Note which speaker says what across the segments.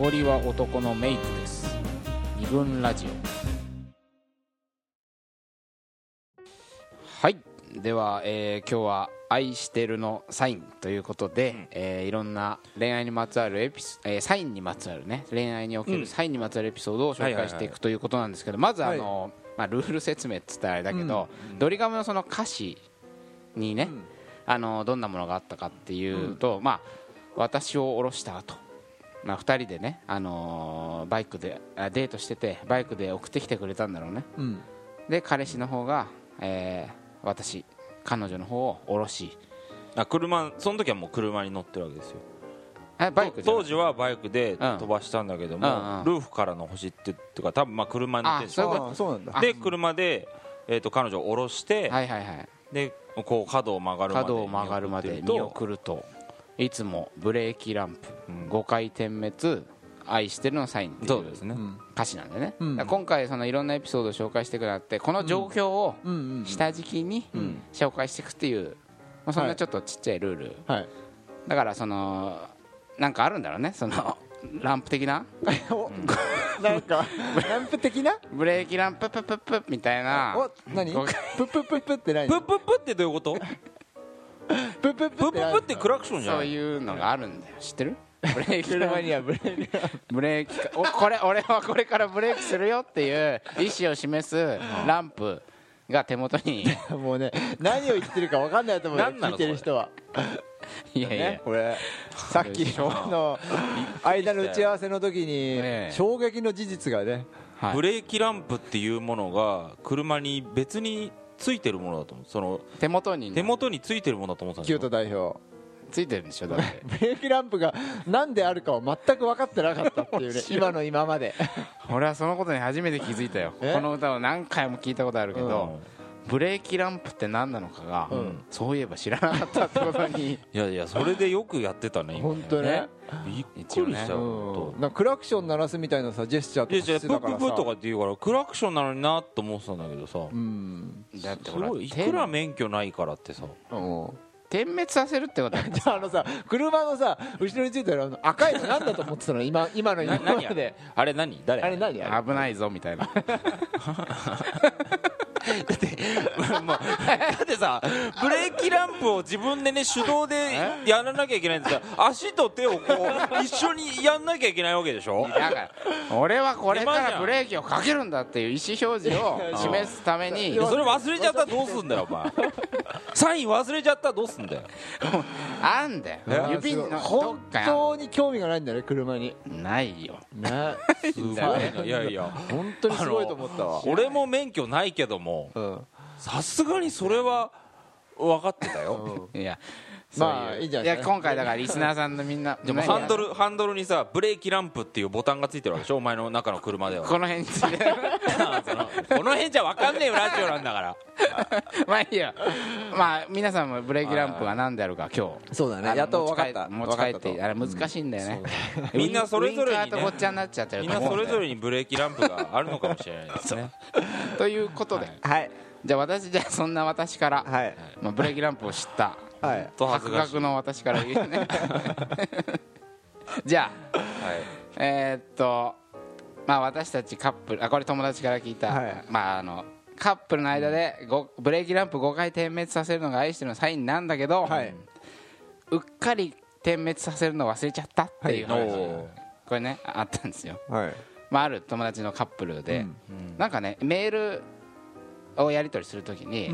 Speaker 1: ごりは男のメイクです二軍ラジオはいでは、えー今日は「愛してる」のサインということで、えーいろんな恋愛にまつわるエピソ、えーサインにまつわるね恋愛におけ
Speaker 2: うん
Speaker 1: るサインにまつわるエピソードを紹介していくということなんですけどまずあの、まあ、ルール説明っつったらあれだけど、ドリカムのその歌詞にね、あのどんなものがあったかっていうと、まあ、私を降ろした後、まあ2人でね、あのーバイクであデートしててバイクで送ってきてくれたんだろうね
Speaker 3: うん
Speaker 1: で彼氏の方が、えー私彼女の方を降ろし
Speaker 2: あ車その時はもう車に乗ってるわけですよ
Speaker 1: あバイクじゃない
Speaker 2: 当時はバイクで飛ばしたんだけども、
Speaker 1: うんうん
Speaker 2: ルーフからの星ってとか多分まあ車に乗ってるでし
Speaker 1: あそういうこと
Speaker 2: ょ
Speaker 3: ああそうなんだ
Speaker 1: あ
Speaker 2: で車で、えー、と彼女を降ろして、
Speaker 1: はいはいはい
Speaker 2: でこう角を曲がるまで
Speaker 1: 角を曲がるまで見送るといつもブレーキランプ、
Speaker 2: うん
Speaker 1: 5回点滅愛してるのサインってい
Speaker 2: そうですね、
Speaker 3: うん
Speaker 1: 歌詞なんだよね、
Speaker 3: うん
Speaker 1: だから今回そのいろんなエピソードを紹介していくなってこの状況を
Speaker 3: うんうん
Speaker 1: 下敷きに
Speaker 3: ん
Speaker 1: 紹介していくっていう、まあ、そん
Speaker 3: は
Speaker 1: ないちょっとちっちゃいルール、
Speaker 3: はい
Speaker 1: だからそのなんかあるんだろうねそのランプ的な
Speaker 3: おなんかランプ的な
Speaker 1: ブレーキランプププププみたいな
Speaker 3: お何
Speaker 1: ご
Speaker 3: プップップップって何
Speaker 2: プップップってどういう こと
Speaker 3: プップップ
Speaker 2: プッ
Speaker 3: っ
Speaker 2: プ
Speaker 3: て
Speaker 2: ッ
Speaker 3: 何
Speaker 2: プってクラクションじゃ
Speaker 1: そ
Speaker 2: な
Speaker 1: う
Speaker 2: い
Speaker 1: いうのがあるんだよ知ってるブレーキラン
Speaker 3: 車
Speaker 1: プ
Speaker 3: にはブレーキ
Speaker 1: ブレーキかおこれ俺はこれからブレーキするよっていう意思を示すランプが手元に
Speaker 3: がもうね何を言ってるか分かんないと思うよ
Speaker 2: 何なの
Speaker 3: 聞いてる人はい
Speaker 1: やいや、
Speaker 3: ねこれさっきの間の打ち合わせの時に
Speaker 1: ねえ
Speaker 3: 衝撃の事実がね
Speaker 1: はい
Speaker 2: ブレーキランプっていうものが車に別についてるものだと思うその
Speaker 1: 手元に
Speaker 2: 手元についてるものだと思ってたんです
Speaker 3: キュー
Speaker 2: よ
Speaker 3: ト代表
Speaker 1: ついてるんでしょだって
Speaker 3: ブレーキランプが何であるかを全く分かってなかったっていうね今の今まで
Speaker 1: 俺はそのことに初めて気づいたよ
Speaker 3: え
Speaker 1: この歌を何回も聞いたことあるけど、ブレーキランプって何なのかが、
Speaker 3: うん
Speaker 1: そういえば知らなかったってことに
Speaker 2: いやいやそれでよくやってたね今
Speaker 3: 本当ね
Speaker 2: びっくりし
Speaker 1: 一
Speaker 2: た
Speaker 1: 応
Speaker 2: よ
Speaker 3: う
Speaker 2: 本
Speaker 3: んなんかクラクション鳴らすみたいなさジェスチャー
Speaker 2: 当いやじゃ
Speaker 3: と
Speaker 2: あ
Speaker 3: かして
Speaker 2: プップ
Speaker 3: たからさ
Speaker 2: プとかって言うからクラクションなのになと思ってたんだけどさ
Speaker 3: うん
Speaker 1: だって
Speaker 2: す
Speaker 1: ほら
Speaker 2: ごいい
Speaker 1: 点
Speaker 2: くら免許ないからってさ
Speaker 3: うん
Speaker 1: 点滅させるってことは
Speaker 3: じゃああのさ車のさ後ろについてるあの赤いの何だと思ってたの今今の今
Speaker 2: な
Speaker 3: ま
Speaker 2: 何あ
Speaker 3: で
Speaker 2: れあれ何誰
Speaker 3: あれ何あれ
Speaker 1: 危ないぞみたいな
Speaker 2: もうだってさブレーキランプを自分でね手動でやらなきゃいけないんですよ足と手をこう一緒にやんなきゃいけないわけでしょ
Speaker 1: だから俺はこれか
Speaker 2: 今じゃ
Speaker 1: ら
Speaker 2: ん
Speaker 1: ブレーキをかけるんだっていう意思表示を示すために
Speaker 2: それ忘れちゃったらどうすんだよお前サイン忘れちゃったらどうすんだよ
Speaker 1: あんだよ指のど
Speaker 3: 本
Speaker 1: っかにあんの
Speaker 3: 当に興味がないんだね車に
Speaker 1: ないよ
Speaker 3: ね
Speaker 2: すごい
Speaker 1: だね
Speaker 2: ないやいや
Speaker 3: 本当にすごいと思ったわ
Speaker 2: 俺も免許ないけども
Speaker 3: うん
Speaker 2: さすがにそれは分かってたよ
Speaker 1: いや
Speaker 3: まあ
Speaker 1: そうう
Speaker 3: いいんじゃない
Speaker 1: や今回だからリスナーさんのみんな
Speaker 2: でもハンドルハンドルにさブレーキランプっていうボタンがついてるわけでしょお前の中の車 では
Speaker 1: この辺について
Speaker 2: そのこの辺じゃ分かんねえよラジオなんだから
Speaker 1: まあいいやまあ皆さんもブレーキランプが何であるか今日
Speaker 3: そうだ
Speaker 1: あ
Speaker 3: ね
Speaker 1: の
Speaker 3: やっと分かった
Speaker 1: 持ち帰持ち帰っ
Speaker 3: 分
Speaker 1: て
Speaker 3: かっ
Speaker 1: あれ難しいんだよね
Speaker 2: うんみんなそれぞれにね
Speaker 1: ウインカーとごっちゃになっちゃってる
Speaker 2: みん
Speaker 1: と
Speaker 2: な
Speaker 1: 思
Speaker 2: そ
Speaker 1: うん
Speaker 2: れ
Speaker 1: だよ
Speaker 2: ぞれにブレーキランプがあるのかもしれないです ね
Speaker 1: ということで
Speaker 3: たはい
Speaker 1: じゃあ私じゃあそんな私から
Speaker 3: はい
Speaker 1: まあブレーキランプを知った
Speaker 3: はい
Speaker 2: と恥ず
Speaker 1: 博
Speaker 2: かしい
Speaker 1: 学の私から言う ねじゃあえーっとまあ私たちカップルあこれ友達から聞いた、
Speaker 3: はい
Speaker 1: まああのカップルの間でごブレーキランプ5回点滅させるのが愛してるのサインなんだけど、
Speaker 3: はい、
Speaker 1: うっかり点滅させるの忘れちゃったっていう話、
Speaker 2: はいおー
Speaker 1: これねあったんですよ、
Speaker 3: はい
Speaker 1: まあ、ある友達のカップルで、なんかねメールをやり取りするときに、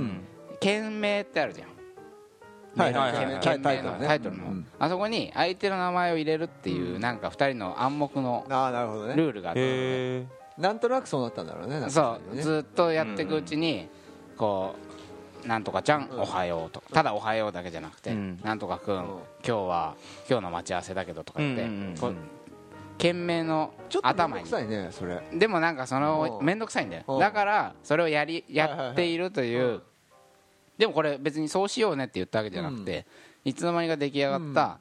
Speaker 1: 件名ってあるじゃん
Speaker 3: はい
Speaker 2: はい
Speaker 1: 件名
Speaker 2: はい
Speaker 1: 件
Speaker 3: タ
Speaker 1: 名
Speaker 3: イトル
Speaker 1: の
Speaker 3: ね
Speaker 1: タイトルの、
Speaker 3: うん
Speaker 1: あそこに相手の名前を入れるっていう、なんか二人の暗黙の
Speaker 3: ああなるほどね
Speaker 1: ルールがあって、
Speaker 2: へえ
Speaker 3: なんとなくそうなったんだろうねなんか
Speaker 1: そ
Speaker 3: ね
Speaker 1: うずっとやっていくうちに、こうなんとかちゃん、おはようとかただおはようだけじゃなくて、
Speaker 2: うん
Speaker 1: なんとかくん、
Speaker 3: ん
Speaker 1: 今日は今日の待ち合わせだけどとか言って、
Speaker 2: うんうんうん
Speaker 1: こう件名の
Speaker 3: ちょっと
Speaker 1: 頭に
Speaker 3: 面倒くさいねそれ
Speaker 1: でもなんかその
Speaker 3: うん
Speaker 1: 面倒くさいんだ
Speaker 3: う
Speaker 1: よ
Speaker 3: ん
Speaker 1: だからそれをやり
Speaker 3: はいはいはい
Speaker 1: やっているというでもこれ別にそうしようねって言ったわけじゃなくていつの間にか出来上がった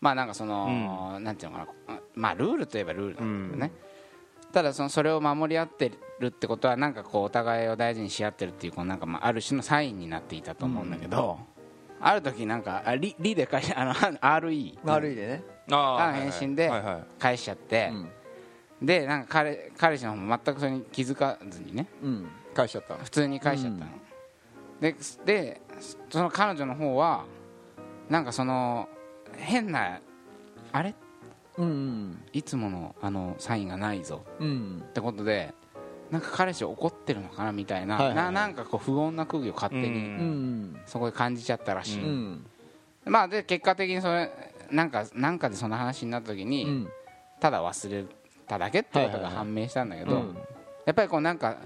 Speaker 1: まあなんかそのなんていうのかなまあルールといえばルールなんだけどねただそのそれを守り合ってるってことはなんかこうお互いを大事にし合ってるっていうこうなんかまあある種のサインになっていたと思うんだけどある時なんかあ「り」りで書いてあの RE
Speaker 3: 悪いでね
Speaker 2: あ
Speaker 1: が
Speaker 2: ー
Speaker 1: 返信で
Speaker 2: はいはいはい
Speaker 1: 返しちゃって
Speaker 3: ん
Speaker 1: でなんか彼彼氏の方も全くそれに気づかずにね
Speaker 3: うん返しちゃった
Speaker 1: 普通に返しちゃったの、ですでその彼女の方はなんかその変なあれ
Speaker 3: うん
Speaker 1: いつものあのサインがないぞ
Speaker 3: うん
Speaker 1: ってことでなんか彼氏怒ってるのかなみたいな、
Speaker 3: はいはいはい
Speaker 1: ななんかこう不穏な空気を勝手
Speaker 2: う
Speaker 1: に
Speaker 3: うんん
Speaker 1: そこで感じちゃったらしい、
Speaker 3: うん
Speaker 1: まあで結果的にそれなんかなんかでその話になった時に、
Speaker 3: うん
Speaker 1: ただ忘れただけってこと
Speaker 3: はい
Speaker 1: が
Speaker 3: はいはい
Speaker 1: 判明したんだけど、
Speaker 3: うん
Speaker 1: やっぱりこうなんか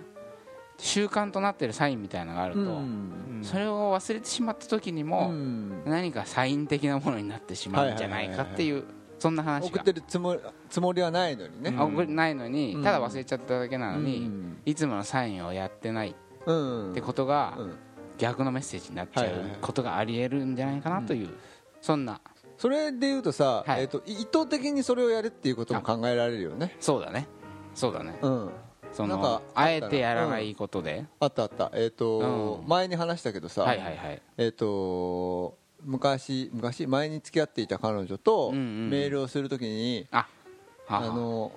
Speaker 1: 習慣となってるサインみたいなのがあると、
Speaker 3: うん
Speaker 1: それを忘れてしまった時に
Speaker 3: う
Speaker 1: も、
Speaker 3: ん
Speaker 1: 何かサイン的なものになってしまうんじゃないかっていうそんな話
Speaker 3: 送
Speaker 1: が
Speaker 3: ってるつもりつもりはないのにね
Speaker 1: あ送ってないのに、
Speaker 3: うん
Speaker 1: ただ忘れちゃっただけなのに、
Speaker 3: うん
Speaker 1: いつものサインをやってない
Speaker 3: うん
Speaker 1: ってことが、
Speaker 3: うん
Speaker 1: 逆のメッセージになっちゃ
Speaker 3: はいうはいはい
Speaker 1: ことがありえるんじゃないかなという、そんな
Speaker 3: それでいうとさ
Speaker 1: はい
Speaker 3: えっと意図的にそれをやるっていうことも考えられるよね
Speaker 1: そうだねそうだね
Speaker 3: うん
Speaker 1: そ
Speaker 3: なんか
Speaker 1: のあえてやらないことで、
Speaker 3: あったあったえっと
Speaker 1: うん
Speaker 3: 前に話したけどさ
Speaker 1: はいはいはい
Speaker 3: えっと昔昔前に付き合っていた彼女と
Speaker 1: うんうん
Speaker 3: メールをするときに
Speaker 1: あは
Speaker 3: あの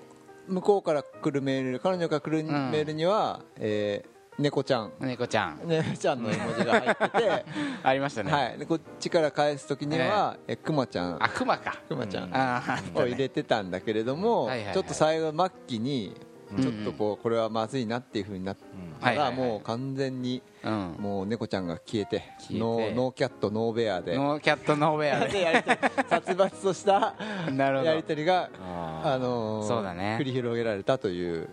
Speaker 3: 向こうから来るメール彼女から来るメ
Speaker 1: ん
Speaker 3: ールには、えー猫ちゃん
Speaker 1: 猫ちゃん
Speaker 3: 猫ちゃんの絵文字が入ってて、
Speaker 1: ありましたね、
Speaker 3: はい、でこっちから返す時には、えクマちゃん
Speaker 1: あクマか
Speaker 3: クマちゃん
Speaker 1: あー
Speaker 3: を入れてたんだけれども、
Speaker 1: はいはいはい
Speaker 3: ちょっと最後末期にちょっとこうこれはまずいなっていうふうになった
Speaker 1: はいはい
Speaker 3: ら
Speaker 1: はい
Speaker 3: もう完全に
Speaker 1: うん
Speaker 3: もう猫ちゃんが消えて
Speaker 1: 消えて
Speaker 3: ノーノーキャットノーベアで
Speaker 1: ノーキャットノーウェアで
Speaker 3: でやり取り殺伐とした
Speaker 1: なるほど
Speaker 3: やり取りが、
Speaker 2: あ
Speaker 3: あのー
Speaker 1: そうだね
Speaker 3: 繰り広げられたという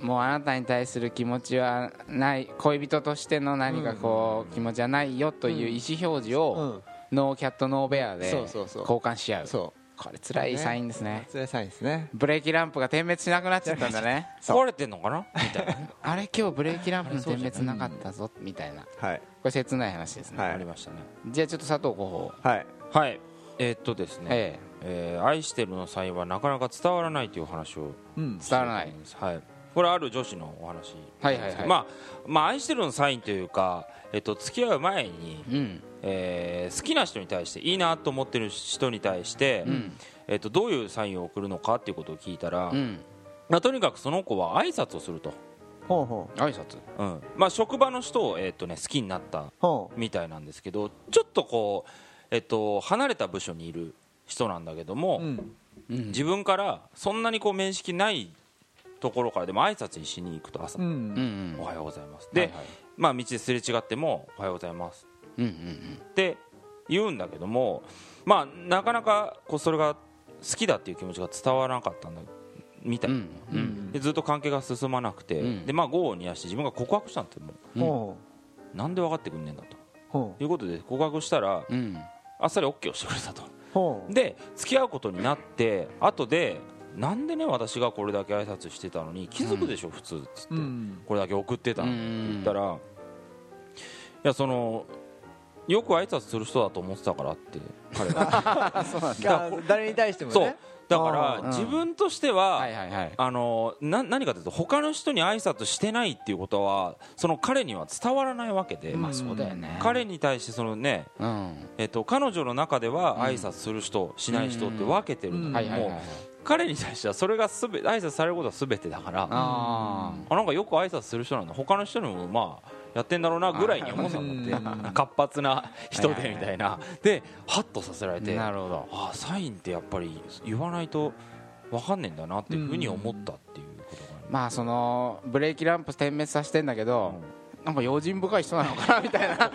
Speaker 1: もうあなたに対する気持ちはない恋人としての何かこう気持ちはないよという意思表示をノーキャットノーベアで
Speaker 3: そう
Speaker 1: 交
Speaker 3: そうそう
Speaker 1: 換し合う
Speaker 3: そ
Speaker 1: これ辛いサインです
Speaker 3: う
Speaker 1: ね
Speaker 3: それサインですね
Speaker 1: ブレーキランプが点滅しなくなっちゃったんだ ね
Speaker 2: 壊れてんのかなみたいな
Speaker 1: あれ今日ブレーキランプの点滅なかったぞみたいなこ
Speaker 3: はい
Speaker 1: れ切ない話ですね
Speaker 3: はい
Speaker 2: ありましたね
Speaker 1: じゃあちょっと佐藤候補
Speaker 3: はい
Speaker 2: はいえーっとですね、
Speaker 1: え
Speaker 2: えー愛してるの際はなかなか伝わらないという話を
Speaker 3: うん
Speaker 1: 伝わらない
Speaker 2: はい、これある女子のお話
Speaker 1: はいはいはい
Speaker 2: まあ、まあ愛してるのサインというか、えっと、付き合う前に、
Speaker 1: うん
Speaker 2: えー好きな人に対していいなと思ってる人に対して、
Speaker 1: うん
Speaker 2: えっと、どういうサインを送るのかっていうことを聞いたら、
Speaker 1: うん
Speaker 2: まあ、とにかくその子は挨拶をすると、
Speaker 3: ほうほう
Speaker 1: 挨拶
Speaker 2: うんまあ、職場の人を、えっとね、好きになった
Speaker 3: ほ
Speaker 2: みたいなんですけどちょっとこう、えっと、離れた部署にいる人なんだけども、
Speaker 3: ううん
Speaker 1: うん
Speaker 2: 自分からそんなにこう面識ないところからでも挨拶にしに行くと朝、
Speaker 3: うん
Speaker 1: うん
Speaker 2: おはようございます
Speaker 1: で
Speaker 2: で、まあ、道ですれ違っても「おはようございます」
Speaker 1: うんうん
Speaker 2: って言うんだけども、まあ、なかなかこうそれが好きだっていう気持ちが伝わらなかったんだみたい、
Speaker 1: う
Speaker 2: なん
Speaker 1: うん
Speaker 2: でずっと関係が進まなくて、
Speaker 1: うん
Speaker 2: でまあ業を煮やして自分が告白したんだっても
Speaker 1: うん
Speaker 3: ほ
Speaker 2: うなんで分かってくんねえんだと
Speaker 3: うほう
Speaker 2: いうことで告白したら
Speaker 1: うん
Speaker 2: あっさり OK をしてくれたと
Speaker 3: ほう
Speaker 2: で付き合うことになって後でなんでね私がこれだけ挨拶してたのに気づくでしょ、普通っつって、
Speaker 3: うん
Speaker 2: これだけ送ってたの
Speaker 1: う
Speaker 2: っ
Speaker 1: ん
Speaker 2: て言ったら、いやそのよく挨拶する人だと思ってたからって彼は
Speaker 3: あ誰に対しても ね
Speaker 2: そうだか
Speaker 3: あ
Speaker 2: ら、
Speaker 1: ーうん
Speaker 2: 自分としては、
Speaker 1: はいはいはい
Speaker 2: あのな何かというと他の人に挨拶してないっていうことはその彼には伝わらないわけで、
Speaker 1: まあそうだよね
Speaker 2: 彼に対してそのね、
Speaker 1: うん
Speaker 2: えっと、彼女の中では挨拶する人、しない人って分けてるんだ
Speaker 1: は
Speaker 2: け
Speaker 1: いは
Speaker 2: ど
Speaker 1: い
Speaker 2: も、
Speaker 1: はい
Speaker 2: 彼に対してはそれがすべ挨拶されることは全てだから
Speaker 1: あ
Speaker 2: あなんかよく挨拶する人なんだ他の人にもまあやってんだろうなぐらいに思ってたんだって
Speaker 3: うん
Speaker 2: 活発な人でみたいなでハッとさせられ
Speaker 1: あ
Speaker 2: て
Speaker 1: な
Speaker 2: あ
Speaker 1: るほど
Speaker 2: あサインってやっぱり言わないと分かんねえんだなっていうふうに思ったっていうことがありま
Speaker 1: まあそのブレーキランプ点滅させてんだけどなんか用心深い人なのかなみたいな
Speaker 2: すね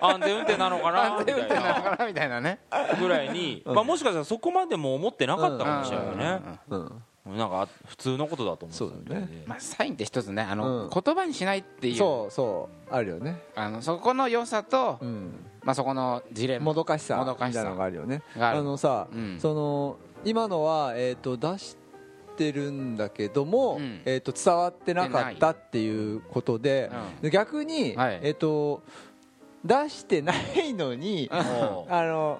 Speaker 2: 安全運転なのかなみたい
Speaker 1: なの
Speaker 2: な
Speaker 1: かなみたいなね
Speaker 2: ぐらいにまあもしかしたらそこまでも思ってなかったかもしれないよね
Speaker 3: うん
Speaker 2: なんか普通のことだと思ってたみたい
Speaker 3: そうだ
Speaker 2: で
Speaker 1: まあサインって一つねあの、
Speaker 3: うん
Speaker 1: 言葉にしないっていう
Speaker 3: そうそうあるよね
Speaker 1: あのそこの良さと、
Speaker 3: うん
Speaker 1: まあそこのジレンマ
Speaker 3: もどかしさ
Speaker 1: も
Speaker 3: み
Speaker 1: ど
Speaker 3: た
Speaker 1: か
Speaker 3: い
Speaker 1: しさ
Speaker 3: なのがあるよね
Speaker 1: がある
Speaker 3: のさ、
Speaker 1: うん
Speaker 3: その今のは、えー、と出してるんだけども、
Speaker 1: うん
Speaker 3: えー、と伝わってなかったっていうことでで逆に、
Speaker 1: はい
Speaker 3: えー、と出してないのに
Speaker 2: も う
Speaker 3: あの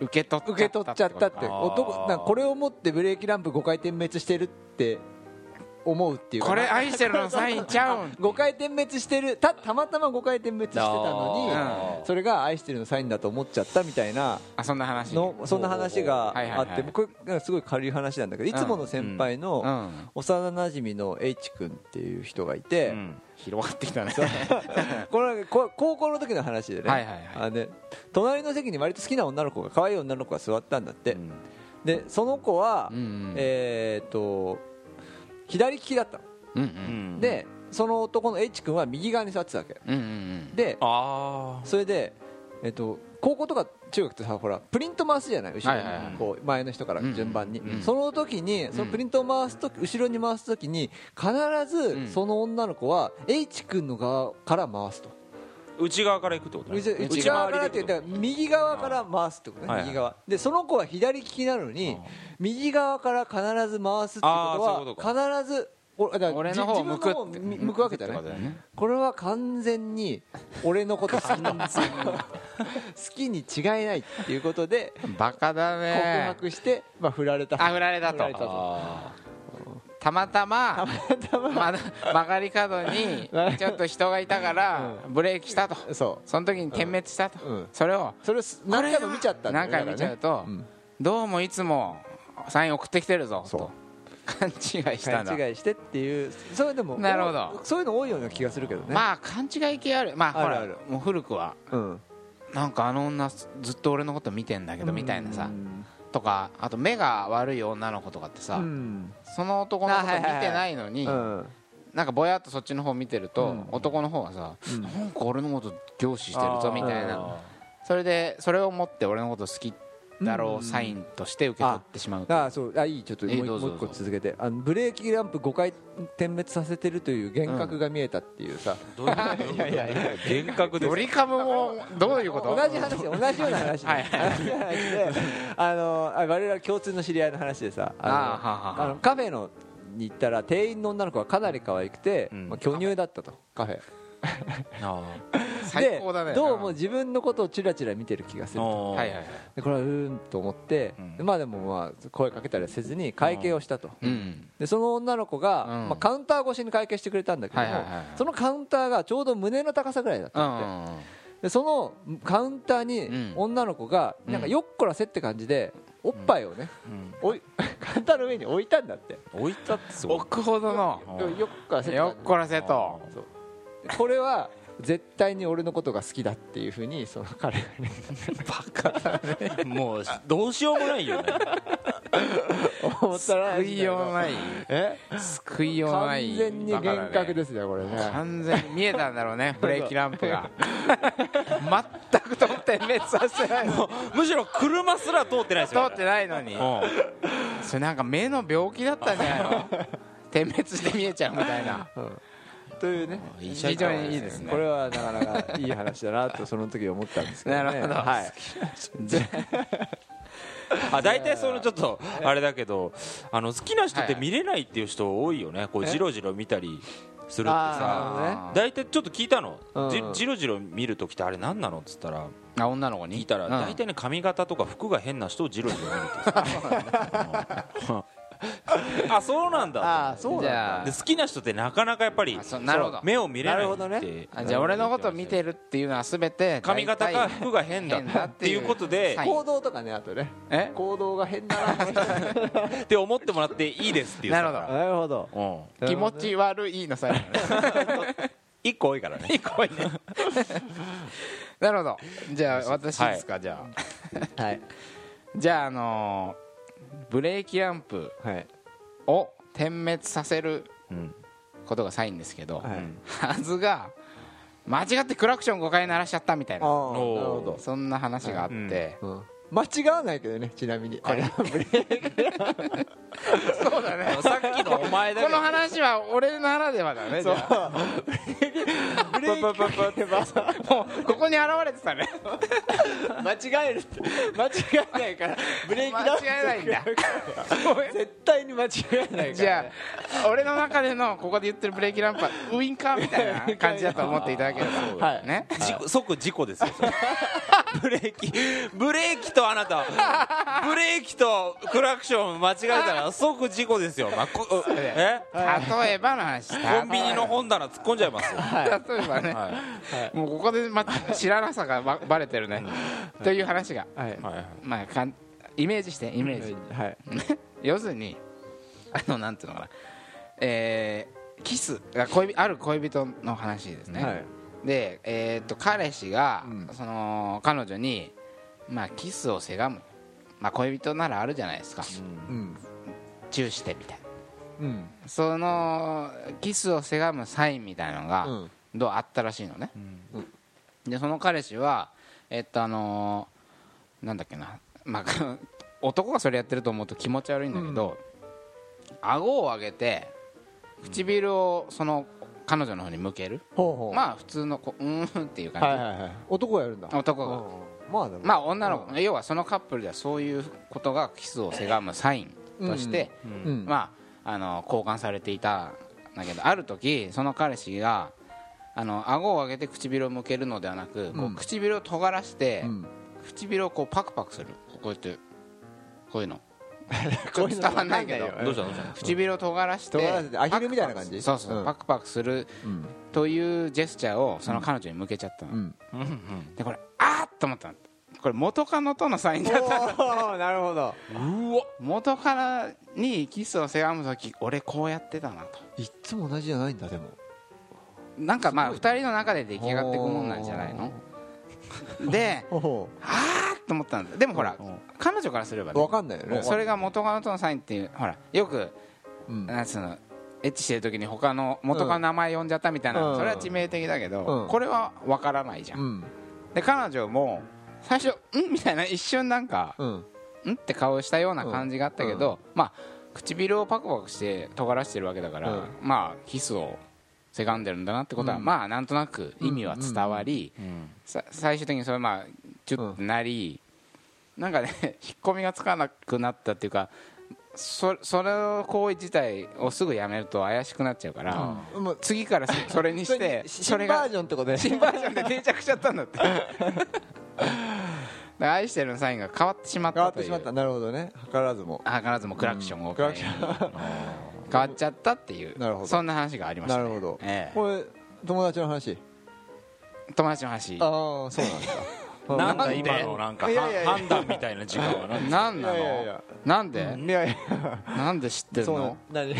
Speaker 1: 受け取っ
Speaker 3: 受け取っちゃったって
Speaker 2: あー
Speaker 3: 男なんかこれを持ってブレーキランプ5回点滅してるって思うっていうか
Speaker 1: これ愛してるのサインちゃ うん
Speaker 3: 5回点滅してるたたまたま5回点滅してたのにそれが愛してるのサインだと思っちゃったみたいな
Speaker 1: あそんな話
Speaker 3: のそんな話
Speaker 1: は
Speaker 3: が
Speaker 1: いはい
Speaker 3: あ
Speaker 1: はい
Speaker 3: って僕がすごい軽い話なんだけどいつもの先輩
Speaker 1: う
Speaker 3: の
Speaker 1: ん
Speaker 3: 幼なじみの H 君っていう人がいて
Speaker 1: うん広がってきたね
Speaker 3: これこ高校の時の話でね
Speaker 1: はいはいはい
Speaker 3: あで隣の席に割と好きな女の子が可愛い女の子が座ったんだって
Speaker 1: うん
Speaker 3: でその子は
Speaker 1: うん
Speaker 3: えーっと左利きだったの
Speaker 1: うんう
Speaker 2: うんん
Speaker 3: でその男の H 君は右側に座ってたわけ
Speaker 1: うんうん
Speaker 3: で
Speaker 2: あ
Speaker 3: それで、えっと、高校とか中学ってさほらプリント回すじゃない後ろに、
Speaker 1: はいはいはい
Speaker 3: こう前の人から順番に、
Speaker 1: うんうん
Speaker 3: その時にそのプリントを回す時後ろに回す時に必
Speaker 1: ん
Speaker 3: ずその女の子は H 君の側から回すと、
Speaker 2: ー内側から行くってことね
Speaker 3: 内内側からって言
Speaker 2: 内回
Speaker 3: っ
Speaker 2: りで
Speaker 3: たら右側から回すってことね、
Speaker 2: はいはい
Speaker 3: 右側でその子は左利きなのに右側から必ず回すってこと
Speaker 2: あーそういう
Speaker 3: は
Speaker 2: こと
Speaker 3: 必ず俺だから
Speaker 1: 俺の方を向く
Speaker 3: 自分の方をみ向くわけだ
Speaker 1: っ
Speaker 3: ね
Speaker 1: てことだよね
Speaker 3: これは完全に俺のこと好きだ好きに違いないっていうことで
Speaker 1: バカだ
Speaker 3: 告
Speaker 1: ね
Speaker 3: 白して、まあ、振られた
Speaker 1: あ振られた
Speaker 3: 振られ
Speaker 1: と
Speaker 3: たと
Speaker 1: たまたままだ曲がり角にちょっと人がいたからブレーキしたと
Speaker 3: そ
Speaker 1: その時に点滅したと、
Speaker 3: うん
Speaker 1: それを
Speaker 3: うそれをす何回も見ちゃったんだよ
Speaker 1: 何
Speaker 3: ね
Speaker 1: 回見ちゃう
Speaker 3: だ
Speaker 1: と、
Speaker 3: からね
Speaker 1: どうもいつもサイン送ってきてるぞ
Speaker 3: そう
Speaker 1: と勘違いしたんだ
Speaker 3: 勘違いしてっていうそれでも
Speaker 1: なるほど
Speaker 3: おそういうの多いような気がするけどね、
Speaker 1: まあ勘違い系あるまあほ
Speaker 3: ある
Speaker 1: ら
Speaker 3: ある
Speaker 1: もう古くは
Speaker 3: うん、
Speaker 1: なんかあの女ずっと俺のこと見てんだけどみたいなさとかあと目が悪い女の子とかってさ、
Speaker 3: うん
Speaker 1: その男のこと見てないのに、
Speaker 3: うん
Speaker 1: なんかぼやっとそっちの方見てると、
Speaker 3: うん
Speaker 1: 男の方はさ、
Speaker 3: うん
Speaker 1: なんか俺のこと凝視してるぞみたいな
Speaker 2: あ
Speaker 1: それでそれを持って俺のこと好きだろ
Speaker 3: う
Speaker 1: うんサインとして受け取ってしまう
Speaker 3: ああそうあいいちょっともう
Speaker 1: え
Speaker 3: 一
Speaker 1: どうぞ
Speaker 3: もう一個続けてあのブレーキランプ5回点滅させてるという幻覚が見えたっていうさ、
Speaker 2: ーどういうこと
Speaker 3: いやいやいや
Speaker 2: 幻覚です
Speaker 1: ド リカムもどういうこと
Speaker 3: 同じ話同じような話
Speaker 1: はい
Speaker 3: 同じような話 であのあ我々共通の知り合いの話でさあの
Speaker 1: あーはあはあ
Speaker 3: あのカフェのに行ったら店員の女の子がかなり可愛くて、
Speaker 1: うん
Speaker 3: まあ、巨乳だったとカフェ
Speaker 2: あ
Speaker 1: 最高だね
Speaker 3: でどうも自分のことをチラチラ見てる気がする
Speaker 2: ー
Speaker 1: はいはいはい
Speaker 3: でこれはうーんと思って、
Speaker 1: うん
Speaker 3: でまあでもまあ声かけたりはせずに会計をしたと、
Speaker 1: うん
Speaker 3: でその女の子が、
Speaker 1: うん
Speaker 3: まあ、カウンター越しに会計してくれたんだけども、
Speaker 1: はいはいはいはい
Speaker 3: そのカウンターがちょうど胸の高さぐらいだっ
Speaker 1: う
Speaker 3: たんだって、
Speaker 1: ん
Speaker 3: でそのカウンターに
Speaker 1: うん
Speaker 3: 女の子がなんかよっこらせって感じでおっぱいをね、おい カウンターの上に置いたんだって
Speaker 2: 置いたってすごい
Speaker 1: 置くほどの
Speaker 3: よっこらせって
Speaker 1: よっこらせと
Speaker 3: そうでこれは絶対に俺のことが好きだっていうふうにその彼がね
Speaker 2: もうどうしようもないよね
Speaker 3: 思ったら
Speaker 1: 救いようない
Speaker 3: え
Speaker 1: 救いような
Speaker 3: 完
Speaker 1: い
Speaker 3: 全に幻覚ですすねこれね
Speaker 1: 完全に見えたんだろう ねブレーキランプが全く通って滅させないの
Speaker 2: むしろ車すら通ってないです
Speaker 1: 通
Speaker 2: よ
Speaker 1: ってないのに
Speaker 2: うん
Speaker 1: それなんか目の病気だったんじゃないの点滅して見えちゃうみたいな
Speaker 3: というね
Speaker 1: 非常にいいですね
Speaker 3: これはなかなかいい話だなとその時思ったんですけど、ね、
Speaker 1: なるほど
Speaker 3: はい
Speaker 2: あ大体そのちょっとあれだけどあの好きな人って見れないっていう人多いよねこうジロジロ見たりするって
Speaker 3: あ
Speaker 2: さ
Speaker 3: ーなるほどね
Speaker 1: あ
Speaker 2: 大体ちょっと聞いたの
Speaker 3: うん
Speaker 2: じジロジロ見る時ってあれ何なのっつったら
Speaker 1: あ女の子に
Speaker 2: 聞いたら
Speaker 1: うん
Speaker 2: 大体ね髪型とか服が変な人をジロジロ見るっ てさうんあそうなんだ
Speaker 3: ああそう
Speaker 1: じ
Speaker 3: なん
Speaker 1: ゃ
Speaker 3: だ
Speaker 1: あ
Speaker 2: で好きな人ってなかなかやっぱり
Speaker 1: あそうなるほど
Speaker 2: 目を見れないっ
Speaker 3: なるほど
Speaker 2: て
Speaker 3: ね
Speaker 1: あじゃあ俺のこと見てるっていうのは全て
Speaker 2: 髪型か
Speaker 1: 大体
Speaker 2: 服が変だ
Speaker 1: 変だ
Speaker 2: っ
Speaker 1: ってて
Speaker 2: い
Speaker 1: いう
Speaker 2: うことで
Speaker 1: はい
Speaker 3: 行動とかねあとね
Speaker 1: え
Speaker 3: 行動が変だなこの人
Speaker 2: って思ってもらっていいですっていう さ
Speaker 1: なるほ
Speaker 3: なるほど
Speaker 2: うん
Speaker 1: 気持ち悪いの最後
Speaker 2: 一個多いから ね
Speaker 1: 怖いねなるほどじゃあ私ですか、じゃあ
Speaker 3: はい
Speaker 1: じゃああのーブレーキランプ
Speaker 3: はい
Speaker 1: を点滅させる
Speaker 2: うん
Speaker 1: ことがサインですけど、
Speaker 3: はい
Speaker 1: はずが間違ってクラクション5回鳴らしちゃったみたい
Speaker 3: ああなる
Speaker 1: な
Speaker 3: ほど
Speaker 1: そんな話があって、
Speaker 3: うん間違わないけどねちなみにこれはブレーキ
Speaker 1: そうだね
Speaker 2: さっきのお前だ
Speaker 1: こ
Speaker 2: けど
Speaker 1: の話は俺ならではだねじゃ
Speaker 3: ブレーキかけば
Speaker 1: あもうここに現れてたね
Speaker 3: 間違えるって間違えな いからブレーキ
Speaker 1: 間
Speaker 3: ダウン
Speaker 1: 違えないんだ
Speaker 3: 絶対に間違えないから
Speaker 1: じゃあ俺の中でのここで言ってるブレーキランプはウインカーみたいな感じだと思っていただければ、
Speaker 3: はい
Speaker 1: ね
Speaker 2: 事故即事故ですよ それブレーキブレーキとあなたブレーキとクラクション間違えたら即事故ですよ、まあこえ
Speaker 1: 例例えばの話
Speaker 2: コンビニの本棚突っ込んじゃいますよ
Speaker 1: 例えばね、もうここでまた知らなさがばバレてるね、という話が、
Speaker 3: はい
Speaker 2: はいはい
Speaker 1: まあ、かんイメージしてイメージ、
Speaker 3: はい
Speaker 1: 要するにあのなんていうのかなえーキスあ恋人ある恋人の話ですね、
Speaker 3: はい
Speaker 1: で、えーっと彼氏が、
Speaker 3: うん
Speaker 1: その彼女に、まあ、キスをせがむ、まあ、恋人ならあるじゃないですか、
Speaker 3: うん
Speaker 1: チューしてみたいな
Speaker 3: うん
Speaker 1: そのキスをせがむサインみたいなのが、
Speaker 3: うん
Speaker 1: どうあったらしいのね、でその彼氏はえっとあのーなんだっけな、まあ、 男がそれやってると思うと気持ち悪いんだけど、顎を上げて唇をその彼女の方に向ける、
Speaker 3: ほうほう
Speaker 1: まあ普通のこ ううーんっていう感じ、
Speaker 3: はいはいはい男がやるんだ
Speaker 1: 男が
Speaker 3: うんまあでも
Speaker 1: まあ女の子、要はそのカップルではそういうことがキスをせがむサインとして、
Speaker 3: うん
Speaker 1: まあ、あの交換されていたんだけどある時その彼氏があの顎を上げて唇を向けるのではなく、こう
Speaker 3: うん
Speaker 1: 唇を尖らして、
Speaker 3: うん
Speaker 1: 唇をこうパクパクするこうやってこういう の
Speaker 3: こういうの
Speaker 1: 伝わんないけど
Speaker 3: わかんない
Speaker 2: ど
Speaker 3: よ
Speaker 2: うしたどうした
Speaker 1: 唇を尖らして
Speaker 3: 尖らせてアヒルみたいな感じ
Speaker 1: パクパクそうそう、
Speaker 3: うん
Speaker 1: パクパクする
Speaker 3: うん
Speaker 1: というジェスチャーをその彼女に向けちゃったの、
Speaker 3: うん
Speaker 1: でこれあーっと思ったのこれ元カノとのサインだった
Speaker 3: おおなるほど
Speaker 1: 元からにキスをせがむ時俺こうやってたなと
Speaker 3: いっつも同じじゃないんだでも
Speaker 1: なんかまあ2人の中で出来上がっていくもんなんじゃない ので
Speaker 3: ほうほ
Speaker 1: あっと思ったんだでもほら
Speaker 3: うん
Speaker 1: 彼女からすれば
Speaker 3: う
Speaker 1: ね
Speaker 3: わかんないよね
Speaker 1: それが元カノとのサインっていうほらよく
Speaker 3: うん
Speaker 1: なんつうのエッチしてる時に他の元カノの名前呼んじゃったみたいな、
Speaker 3: うん
Speaker 1: それは致命的だけど、
Speaker 3: うん
Speaker 1: これは分からないじゃん、
Speaker 3: うん
Speaker 1: で彼女も最初「ん?」みたいな一瞬なんか
Speaker 3: うん
Speaker 1: んって顔したような感じがあったけど、まあ唇をパクパクして尖らしてるわけだから、
Speaker 3: うん
Speaker 1: まあキスをせがんでるんだなってことは、
Speaker 3: うん
Speaker 1: まあなんとなく意味は伝わり、さ最終的にそれまあチュッてなり、なんかね 引っ込みがつかなくなったっていうかそそれの行為自体をすぐやめると怪しくなっちゃうから、
Speaker 3: うんもう
Speaker 1: 次からそそれにし て
Speaker 3: 新
Speaker 1: それ
Speaker 3: バ
Speaker 1: が
Speaker 3: ージョンってことね
Speaker 1: 新バージョンで定着しちゃったんだって だから愛してるのサインが変わってしまっ
Speaker 3: 変
Speaker 1: た
Speaker 3: わっ
Speaker 1: と
Speaker 3: て
Speaker 1: い
Speaker 3: し
Speaker 1: う
Speaker 3: まったなるほどね図らずも
Speaker 1: 図らずもクラクションを、
Speaker 3: うんクラクショ
Speaker 1: 変わっちゃったっていう
Speaker 3: なるほど
Speaker 1: そんな話がありまし
Speaker 3: な
Speaker 1: た、ね、
Speaker 3: るほど
Speaker 1: え
Speaker 3: これ友達の話
Speaker 1: え友達の話
Speaker 3: ああそうなんだうん
Speaker 2: なん
Speaker 1: なん
Speaker 2: だ
Speaker 1: で
Speaker 2: 今のなんか
Speaker 3: いやいやいや
Speaker 2: 判断みたいな時間はなん
Speaker 1: なんなの
Speaker 3: いやいやいや
Speaker 1: なんで、
Speaker 3: いやいや
Speaker 1: なんで知ってる
Speaker 3: そう
Speaker 1: の
Speaker 3: な何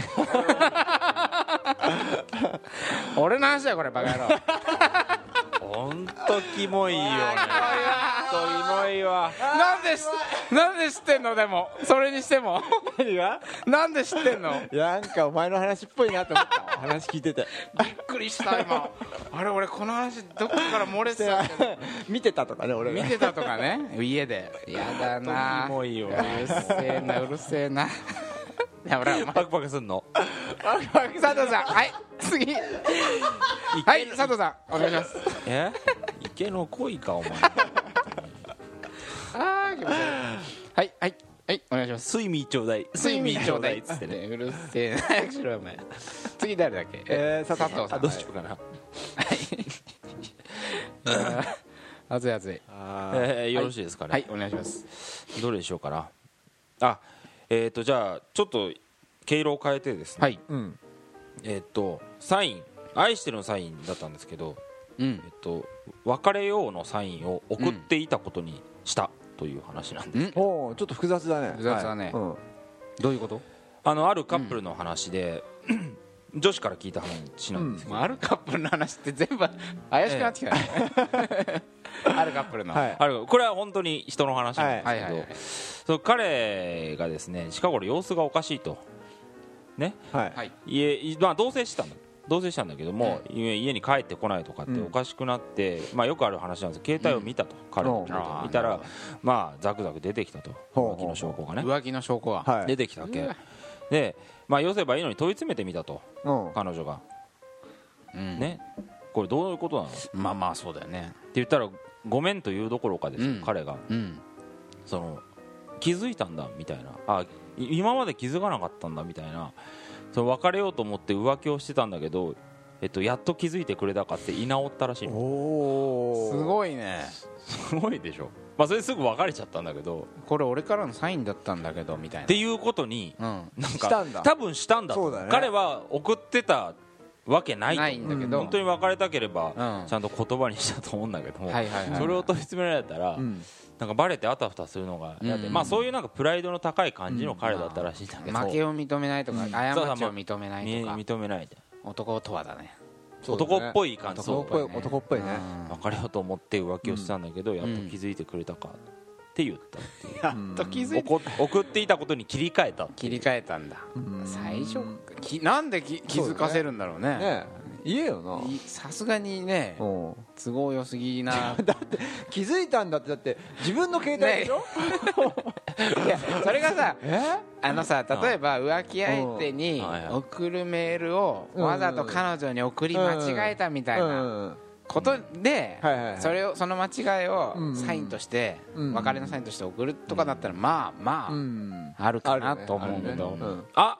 Speaker 1: 俺の話だよこれバカ 野郎
Speaker 2: 本当キモいよね本当キモいわ
Speaker 1: なんでしなんで知ってんのでもそれにして も
Speaker 3: 何が
Speaker 1: なんで知ってんのび
Speaker 3: いやなんかお前の話っぽいなと思った 話聞いてて
Speaker 1: っくりした今 あれ俺この話どっかから漏れてたんだよ
Speaker 3: 見てたとかね俺
Speaker 1: 見
Speaker 3: が
Speaker 1: てたとかね家でやだな
Speaker 2: キモ
Speaker 1: う
Speaker 2: いよ
Speaker 1: るせえなうるせえな やめろお前
Speaker 2: パクパクすんの
Speaker 1: 佐藤さんはい次はい佐藤さんお願いします
Speaker 2: え池の恋かお前
Speaker 1: あー気持ち悪いはいはいはいお願いします
Speaker 2: 睡眠ちょうだい
Speaker 1: 睡眠ちょうだいっ
Speaker 2: つ
Speaker 1: つ
Speaker 2: っ
Speaker 1: ってて
Speaker 2: ね
Speaker 1: ねうるせえな早くしろよお前次誰だっけ
Speaker 3: えー佐藤さん
Speaker 1: さ
Speaker 2: あ
Speaker 1: ん
Speaker 2: どうしようかな
Speaker 1: 熱い熱い
Speaker 3: あ
Speaker 2: えーよろしいですかね
Speaker 1: はいお願いします
Speaker 2: どれにしようかなあえっ、とじゃあちょっと毛色を変えてですね、
Speaker 1: はい
Speaker 3: ーうん
Speaker 2: えっ、とサイン「愛してる」のサインだったんですけど、
Speaker 1: うん
Speaker 2: えっと別れようのサインを送っていたことにしたという話なんです、
Speaker 3: おおちょっと複雑だね
Speaker 1: 複雑だね
Speaker 3: うん
Speaker 1: どういうこと
Speaker 2: あのあるカップルの話で、女子から聞いた話なんですけど、
Speaker 1: あるカップルの話って全部怪しくなってきたね あるカップルの
Speaker 3: は
Speaker 1: はい
Speaker 3: い
Speaker 2: あるこれは本当に人の話なんですけど、
Speaker 1: はいはい
Speaker 2: その彼がですね近頃様子がおかしいとね
Speaker 3: はい
Speaker 1: はい
Speaker 2: 家いまあ、同棲してたんだ同棲したんだけども、家家に帰ってこないとかって
Speaker 3: うん
Speaker 2: おかしくなって、まあ、よくある話なんですけど携帯を見たと、彼の携帯
Speaker 1: う
Speaker 2: を
Speaker 1: ん
Speaker 2: 見た
Speaker 1: あーな
Speaker 2: ら
Speaker 1: る
Speaker 2: まあザクザク出てきたと
Speaker 3: ほう
Speaker 2: 浮
Speaker 3: ほう
Speaker 2: 気の証拠がね
Speaker 1: 浮気の証拠は
Speaker 3: はい
Speaker 2: 出てきたわけ
Speaker 1: うわ
Speaker 2: で、まあ、よせばいいのに問い詰めてみたと
Speaker 3: うん
Speaker 2: 彼女が
Speaker 1: うん
Speaker 2: ねこれどういうことなのって
Speaker 1: まあまあそうだよね
Speaker 2: 言ったらごめんというどころかですよ、
Speaker 1: うん
Speaker 2: 彼が
Speaker 1: うん
Speaker 2: その気づいたんだみたいなあい今まで気づかなかったんだみたいなその別れようと思って浮気をしてたんだけど、えっと、やっと気づいてくれたかって居直ったらしいの
Speaker 3: おお
Speaker 1: すごいね
Speaker 2: すごいでしょまあそれですぐ別れちゃったんだけど
Speaker 1: これ俺からのサインだったんだけどみたい
Speaker 2: っていうことに
Speaker 1: な、うん、
Speaker 2: なん
Speaker 3: した
Speaker 2: か
Speaker 3: んだ
Speaker 2: 多分したんだと思う
Speaker 3: そうだね
Speaker 2: 彼は送ってたわけないと
Speaker 1: ないんだけど、
Speaker 2: 本当に別れたけれ
Speaker 1: う
Speaker 2: ば
Speaker 1: ん
Speaker 2: ちゃんと言葉にしたと思うんだけども、
Speaker 1: はいはいはい
Speaker 2: それを問い詰められたら、
Speaker 3: うん
Speaker 2: なんかバレてあたふたするのが嫌で、
Speaker 1: うん
Speaker 2: まあ、そういうなんかプライドの高い感じの彼だったらしいんだけど、
Speaker 1: 負けを認めないとか、過ちを認めない
Speaker 2: み
Speaker 1: とか
Speaker 2: 認めないで
Speaker 1: 男とはだね
Speaker 2: 男っ
Speaker 3: い
Speaker 2: ぽい感じ
Speaker 3: 男っぽい男っぽいね
Speaker 2: 別れようと思って浮気をしたんだけど、やっと気づいてくれたかって言ったっていう
Speaker 1: やっと気づいて
Speaker 2: 怒送っていたことに切り替えたって
Speaker 1: 切
Speaker 2: いう
Speaker 1: り替えたんだ
Speaker 3: ん
Speaker 1: 最初きなんでき気づかせるんだろうね
Speaker 3: ね言えよない
Speaker 1: さすがにね
Speaker 3: うん
Speaker 1: 都合良すぎ な
Speaker 3: 気づいたんだってだって自分の携帯でしょ
Speaker 1: いやそれがさ
Speaker 3: え
Speaker 1: あのさ例えば浮気相手に
Speaker 2: うんはいはい
Speaker 1: 送るメールをわざと彼女に送り間違えたみたいな
Speaker 3: うん
Speaker 1: ことで
Speaker 3: うんはいはいはい
Speaker 1: それをその間違い
Speaker 3: うん
Speaker 1: をサインとして
Speaker 3: うん
Speaker 1: 別れのサインとして送るとかだったらまあまあ、
Speaker 3: うん
Speaker 1: ある
Speaker 3: あ
Speaker 1: か
Speaker 3: る
Speaker 1: な
Speaker 3: ね
Speaker 1: と思うけど、
Speaker 3: あるねうん
Speaker 2: あ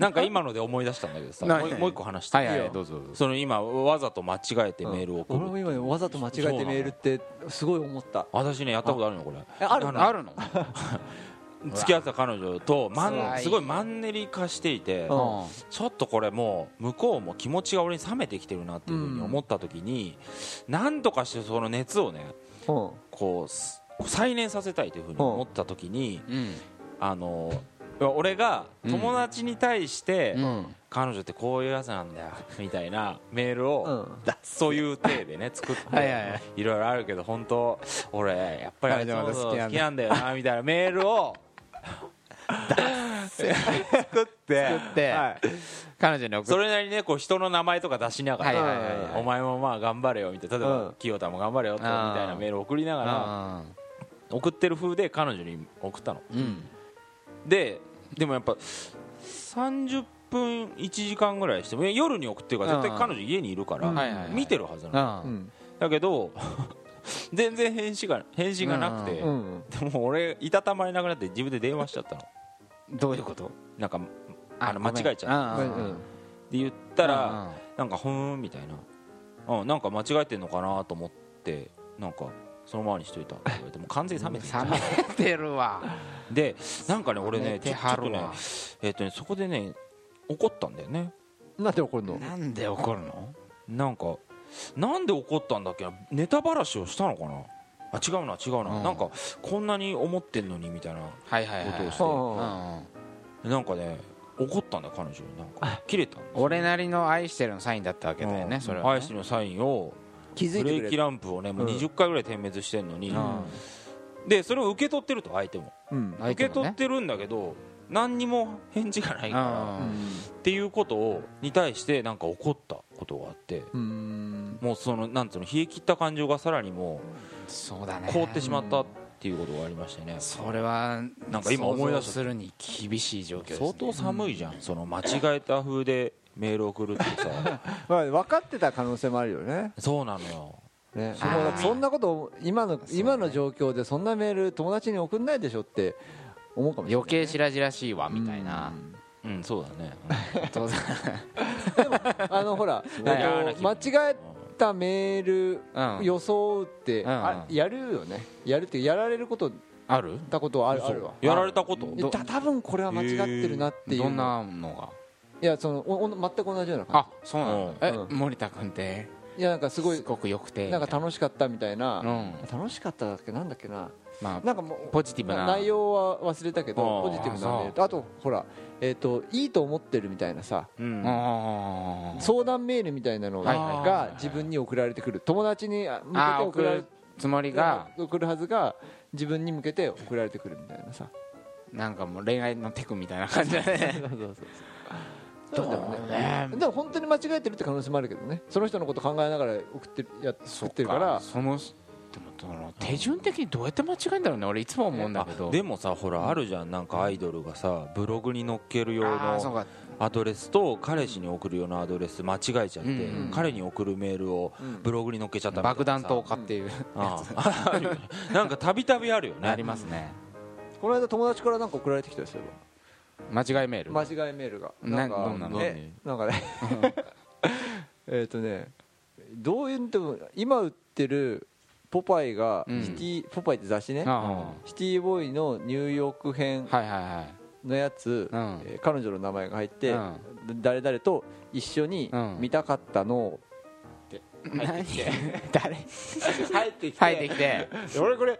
Speaker 2: なんか今ので思い出したんだけどさ
Speaker 1: 何
Speaker 2: もうもう一個話して
Speaker 1: はい
Speaker 2: い
Speaker 1: はいい
Speaker 2: よ
Speaker 1: どうぞどうぞ
Speaker 2: その今わざと間違えてメールを送
Speaker 3: 俺も
Speaker 2: る
Speaker 3: 今ねわざと間違えてメールってすごい思った
Speaker 2: 私ねやったことあるのこれ
Speaker 3: えある
Speaker 1: あるの
Speaker 2: 付き合ってた彼女とマ
Speaker 1: うわ
Speaker 2: ンすごいマンネリ化していて
Speaker 3: うん
Speaker 2: ちょっとこれもう向こうも気持ちが俺に冷めてきてるなっていうふうに思った時になんとかしてその熱をね
Speaker 3: うん
Speaker 2: こうす再燃させたいというふうに思った時に
Speaker 1: うん
Speaker 2: あの俺が友達に対して
Speaker 1: うん
Speaker 2: 彼女ってこういうやつなんだよみたいなメール
Speaker 3: う
Speaker 2: を
Speaker 3: ん
Speaker 2: そういう体でね作っ
Speaker 1: はいはいは
Speaker 2: ていろいろあるけど本当俺やっぱりあいつのこと好
Speaker 1: 彼女のこと好きなんだ
Speaker 2: きなんだよ なみたいなメールを作って
Speaker 1: 作って、彼女に送
Speaker 2: そ
Speaker 1: る
Speaker 2: れなりにねこう人の名前とか出しながら、
Speaker 1: はいはいはいはい
Speaker 2: お前もまあ頑張れよみたいな例えば、
Speaker 3: うん
Speaker 2: 清田も頑張れよとみ
Speaker 1: あー
Speaker 2: たいなメール送りながら
Speaker 1: あ
Speaker 2: 送ってる風で彼女に送ったの
Speaker 1: ーうん
Speaker 2: ででもやっぱ30分1時間ぐらいしてもいや夜に送ってるから絶対彼女家にいるから、
Speaker 3: うん
Speaker 1: はいはいはい
Speaker 2: 見てるはずなの、
Speaker 1: あ
Speaker 3: う
Speaker 1: ー
Speaker 3: ん
Speaker 2: だけど 全然返信が返信がなくて、
Speaker 3: うん
Speaker 2: でも俺いたたまれなくなって自分で電話しちゃったの
Speaker 1: どういうこと
Speaker 2: なんかあの
Speaker 1: ごめん
Speaker 2: 間違えちゃった
Speaker 1: あ
Speaker 3: う
Speaker 1: ー
Speaker 3: ん
Speaker 2: で言ったら、
Speaker 1: うんうん
Speaker 2: なんかふーんみたいな、うん、なんか間違えてんのかなと思ってなんかそのままにしといたって言われてもう完全に冷めてきた
Speaker 1: 冷めてるわ
Speaker 2: でなんかね俺ね
Speaker 1: 冷め
Speaker 2: ち
Speaker 1: て
Speaker 2: ょちょっ
Speaker 1: は
Speaker 2: と
Speaker 1: る
Speaker 2: ね
Speaker 1: わ
Speaker 2: えっ、とねそこでね怒ったんだよね
Speaker 3: なんで怒るの
Speaker 1: なんで怒るの
Speaker 2: なんかなんで怒ったんだっけなネタばらしをしたのかなあ違うな違うな、
Speaker 1: うん
Speaker 2: なんかこんなに思ってんのにみたいなこ
Speaker 1: はいはい
Speaker 2: とをして、
Speaker 1: うん
Speaker 3: う
Speaker 2: なんかね怒ったんだよ彼女になんか切れたんだよ
Speaker 1: 俺なりの「愛してる」のサインだったわけだよ
Speaker 2: う
Speaker 1: ね
Speaker 2: ん
Speaker 1: それは
Speaker 2: 愛してるのサインを
Speaker 3: 気づい
Speaker 2: ブ
Speaker 3: て
Speaker 2: レ
Speaker 3: くれ
Speaker 2: ーキ
Speaker 3: る
Speaker 2: ランプをねもう
Speaker 3: うん
Speaker 2: 20回ぐらい点滅してんのに、
Speaker 1: うん
Speaker 2: でそれを受け取ってると相手も
Speaker 3: うん
Speaker 1: 相
Speaker 2: 受
Speaker 1: 手
Speaker 2: け
Speaker 1: も
Speaker 2: 取
Speaker 1: ね
Speaker 2: ってるんだけど何にも返事がないから
Speaker 1: う
Speaker 3: うんん
Speaker 2: っていうことをに対してなんか怒ったことがあって
Speaker 3: うん
Speaker 2: もうそのなんつうの冷え切った感情がさらにも
Speaker 1: そうだ
Speaker 2: う
Speaker 1: ね
Speaker 2: 凍ってしまったっていうことがありましてね
Speaker 1: それは
Speaker 2: なんか今思い出
Speaker 1: 想
Speaker 2: した
Speaker 1: 像するに厳しい状況ですね
Speaker 2: 相当寒いじゃんその間違えた風でメール送るって さ
Speaker 3: まあ分かってた可能性もあるよね
Speaker 2: そうなのよ
Speaker 3: ね、
Speaker 1: あー
Speaker 3: もうだってそんなこと今の
Speaker 1: そうね
Speaker 3: 今の状況でそんなメール友達に送んないでしょって思うかもしれない
Speaker 1: 余計白々しいわみたいな
Speaker 2: うんそうだね
Speaker 1: 当然
Speaker 3: あの ほら
Speaker 2: 嫌な
Speaker 3: えっ
Speaker 2: 気分
Speaker 3: と間違え
Speaker 2: うん
Speaker 3: たメー
Speaker 1: うん
Speaker 3: ル装うって、
Speaker 1: うん
Speaker 3: あやるよねやるっていうやられること
Speaker 1: ある
Speaker 3: たことはあるあるわ
Speaker 2: やられたこと
Speaker 1: ど
Speaker 3: た多分これは間違ってるなっていう
Speaker 1: どんなのが
Speaker 3: いやそのおお全く同じような感
Speaker 1: あそうなんだえ
Speaker 3: うん
Speaker 1: 森田君って
Speaker 3: じいやなんかすごい
Speaker 1: すごくよくて
Speaker 3: なんか楽しかったみたいな、
Speaker 1: うん
Speaker 3: 楽しかっただっけなんだっけな
Speaker 1: まあ
Speaker 3: なんかもう
Speaker 1: ポジティブな
Speaker 3: 内容は忘れたけど
Speaker 2: あー
Speaker 3: ポジティブなメールとあとほら、えー、といいと思ってるみたいなさ
Speaker 2: うん
Speaker 1: あー
Speaker 3: 相談メールみたいなの
Speaker 1: はいはいはいはい
Speaker 3: が自分に送られてくる友達にあ向け
Speaker 1: あ
Speaker 3: て
Speaker 1: ー
Speaker 3: 送
Speaker 1: 送
Speaker 3: られ
Speaker 1: るつもりが
Speaker 3: 送るはずが自分に向けて送られてくるみたいな さ
Speaker 1: なんかもう恋愛のテクみたいな感じだ ね
Speaker 3: そうだよねでも本当に間違えてるって可能性もあるけどねその人のこと考えながら送ってるや送ってるから
Speaker 1: そのでもその手順的にどうやって間違えんだろうね俺いつも思うんだけど
Speaker 2: でもさほらあるじゃんなんかアイドルがさブログに載っける用
Speaker 1: あーそう
Speaker 2: の
Speaker 1: か
Speaker 2: アドレスと彼氏に送る用のアドレス間違えちゃって
Speaker 1: うん
Speaker 3: うん
Speaker 2: 彼に送るメールを
Speaker 3: うん
Speaker 2: ブログに載っけちゃったみたいなさ
Speaker 1: 爆弾投下っていう
Speaker 2: ああ あるよねなんかたびたびあるよね
Speaker 1: ありますね
Speaker 3: この間友達からなんか送られてきたよそういえ
Speaker 1: 間違いメール
Speaker 3: ば間違いメールが
Speaker 1: な
Speaker 3: なんん
Speaker 1: どんな
Speaker 3: か
Speaker 1: の
Speaker 3: えなんかね えっとねどういうでも今売ってるポパイが
Speaker 1: うん
Speaker 3: シティ、ポパイって雑誌ね、
Speaker 1: あ
Speaker 3: シティボーイのニューヨーク編
Speaker 1: あはいはいはい
Speaker 3: のやつ、
Speaker 1: うん
Speaker 3: えー彼女の名前が入って、
Speaker 1: うん
Speaker 3: 誰々と一緒に
Speaker 1: うん
Speaker 3: 見たかったのを、
Speaker 1: 何誰
Speaker 2: 入ってきて
Speaker 1: 入ってきて
Speaker 3: 俺これ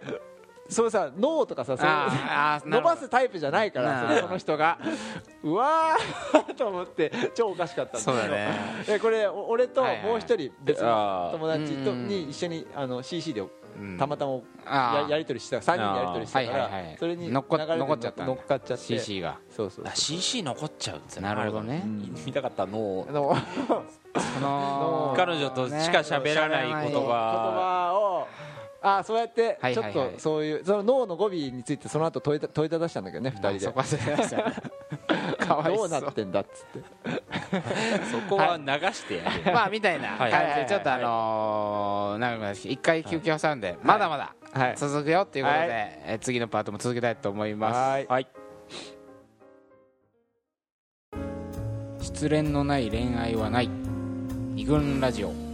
Speaker 3: そのさ脳とかさそう
Speaker 1: あーあ ーな
Speaker 3: 伸
Speaker 1: るほ
Speaker 3: ば
Speaker 1: ど
Speaker 3: すタイプじゃないか
Speaker 1: な
Speaker 3: ら
Speaker 1: るほど
Speaker 3: そのその人がうわー と思って超おかしかったんだけ
Speaker 1: そ
Speaker 3: ど
Speaker 1: うだね
Speaker 3: えこれお俺ともう一人別の友達と
Speaker 1: うん
Speaker 3: に一緒にあの CC で
Speaker 1: うん
Speaker 3: たまたま
Speaker 1: あ
Speaker 3: や
Speaker 1: ー
Speaker 3: やり取りしてた3人でやり取りしてたか
Speaker 1: はいはいは
Speaker 3: ら
Speaker 1: い
Speaker 3: それに
Speaker 1: 乗っか
Speaker 3: 流れで
Speaker 1: 残っちゃったんだ
Speaker 3: 乗っかっちゃって
Speaker 1: CC が
Speaker 3: そうそう
Speaker 2: あ CC 残っちゃうって
Speaker 1: なるほどね
Speaker 2: 見たかったの
Speaker 3: あの
Speaker 1: その
Speaker 2: 彼女としか喋らない言
Speaker 3: 言
Speaker 2: 葉
Speaker 3: 葉をあそうやって
Speaker 1: はい
Speaker 3: ちょ
Speaker 1: は
Speaker 3: っ
Speaker 1: いはい
Speaker 3: とそういうその脳の語尾についてその後問いた問いただしたんだけどね2
Speaker 1: あ
Speaker 3: 人
Speaker 1: そ
Speaker 3: で
Speaker 1: こ忘れましたねかわい
Speaker 3: ど
Speaker 1: そう
Speaker 3: うなってんだっつって
Speaker 2: そこは流してや る
Speaker 1: まあみたいな感
Speaker 2: はい
Speaker 1: じ
Speaker 2: はい
Speaker 3: は
Speaker 1: で
Speaker 3: い
Speaker 1: ちょっとあのー長くなってきて一回休憩挟んでまだまだ
Speaker 3: はい
Speaker 1: 続くよっていうことで
Speaker 3: はい
Speaker 1: え次のパートも続けたいと思いま
Speaker 3: はい
Speaker 2: はい
Speaker 1: す失恋のない恋愛はない二軍ラジオ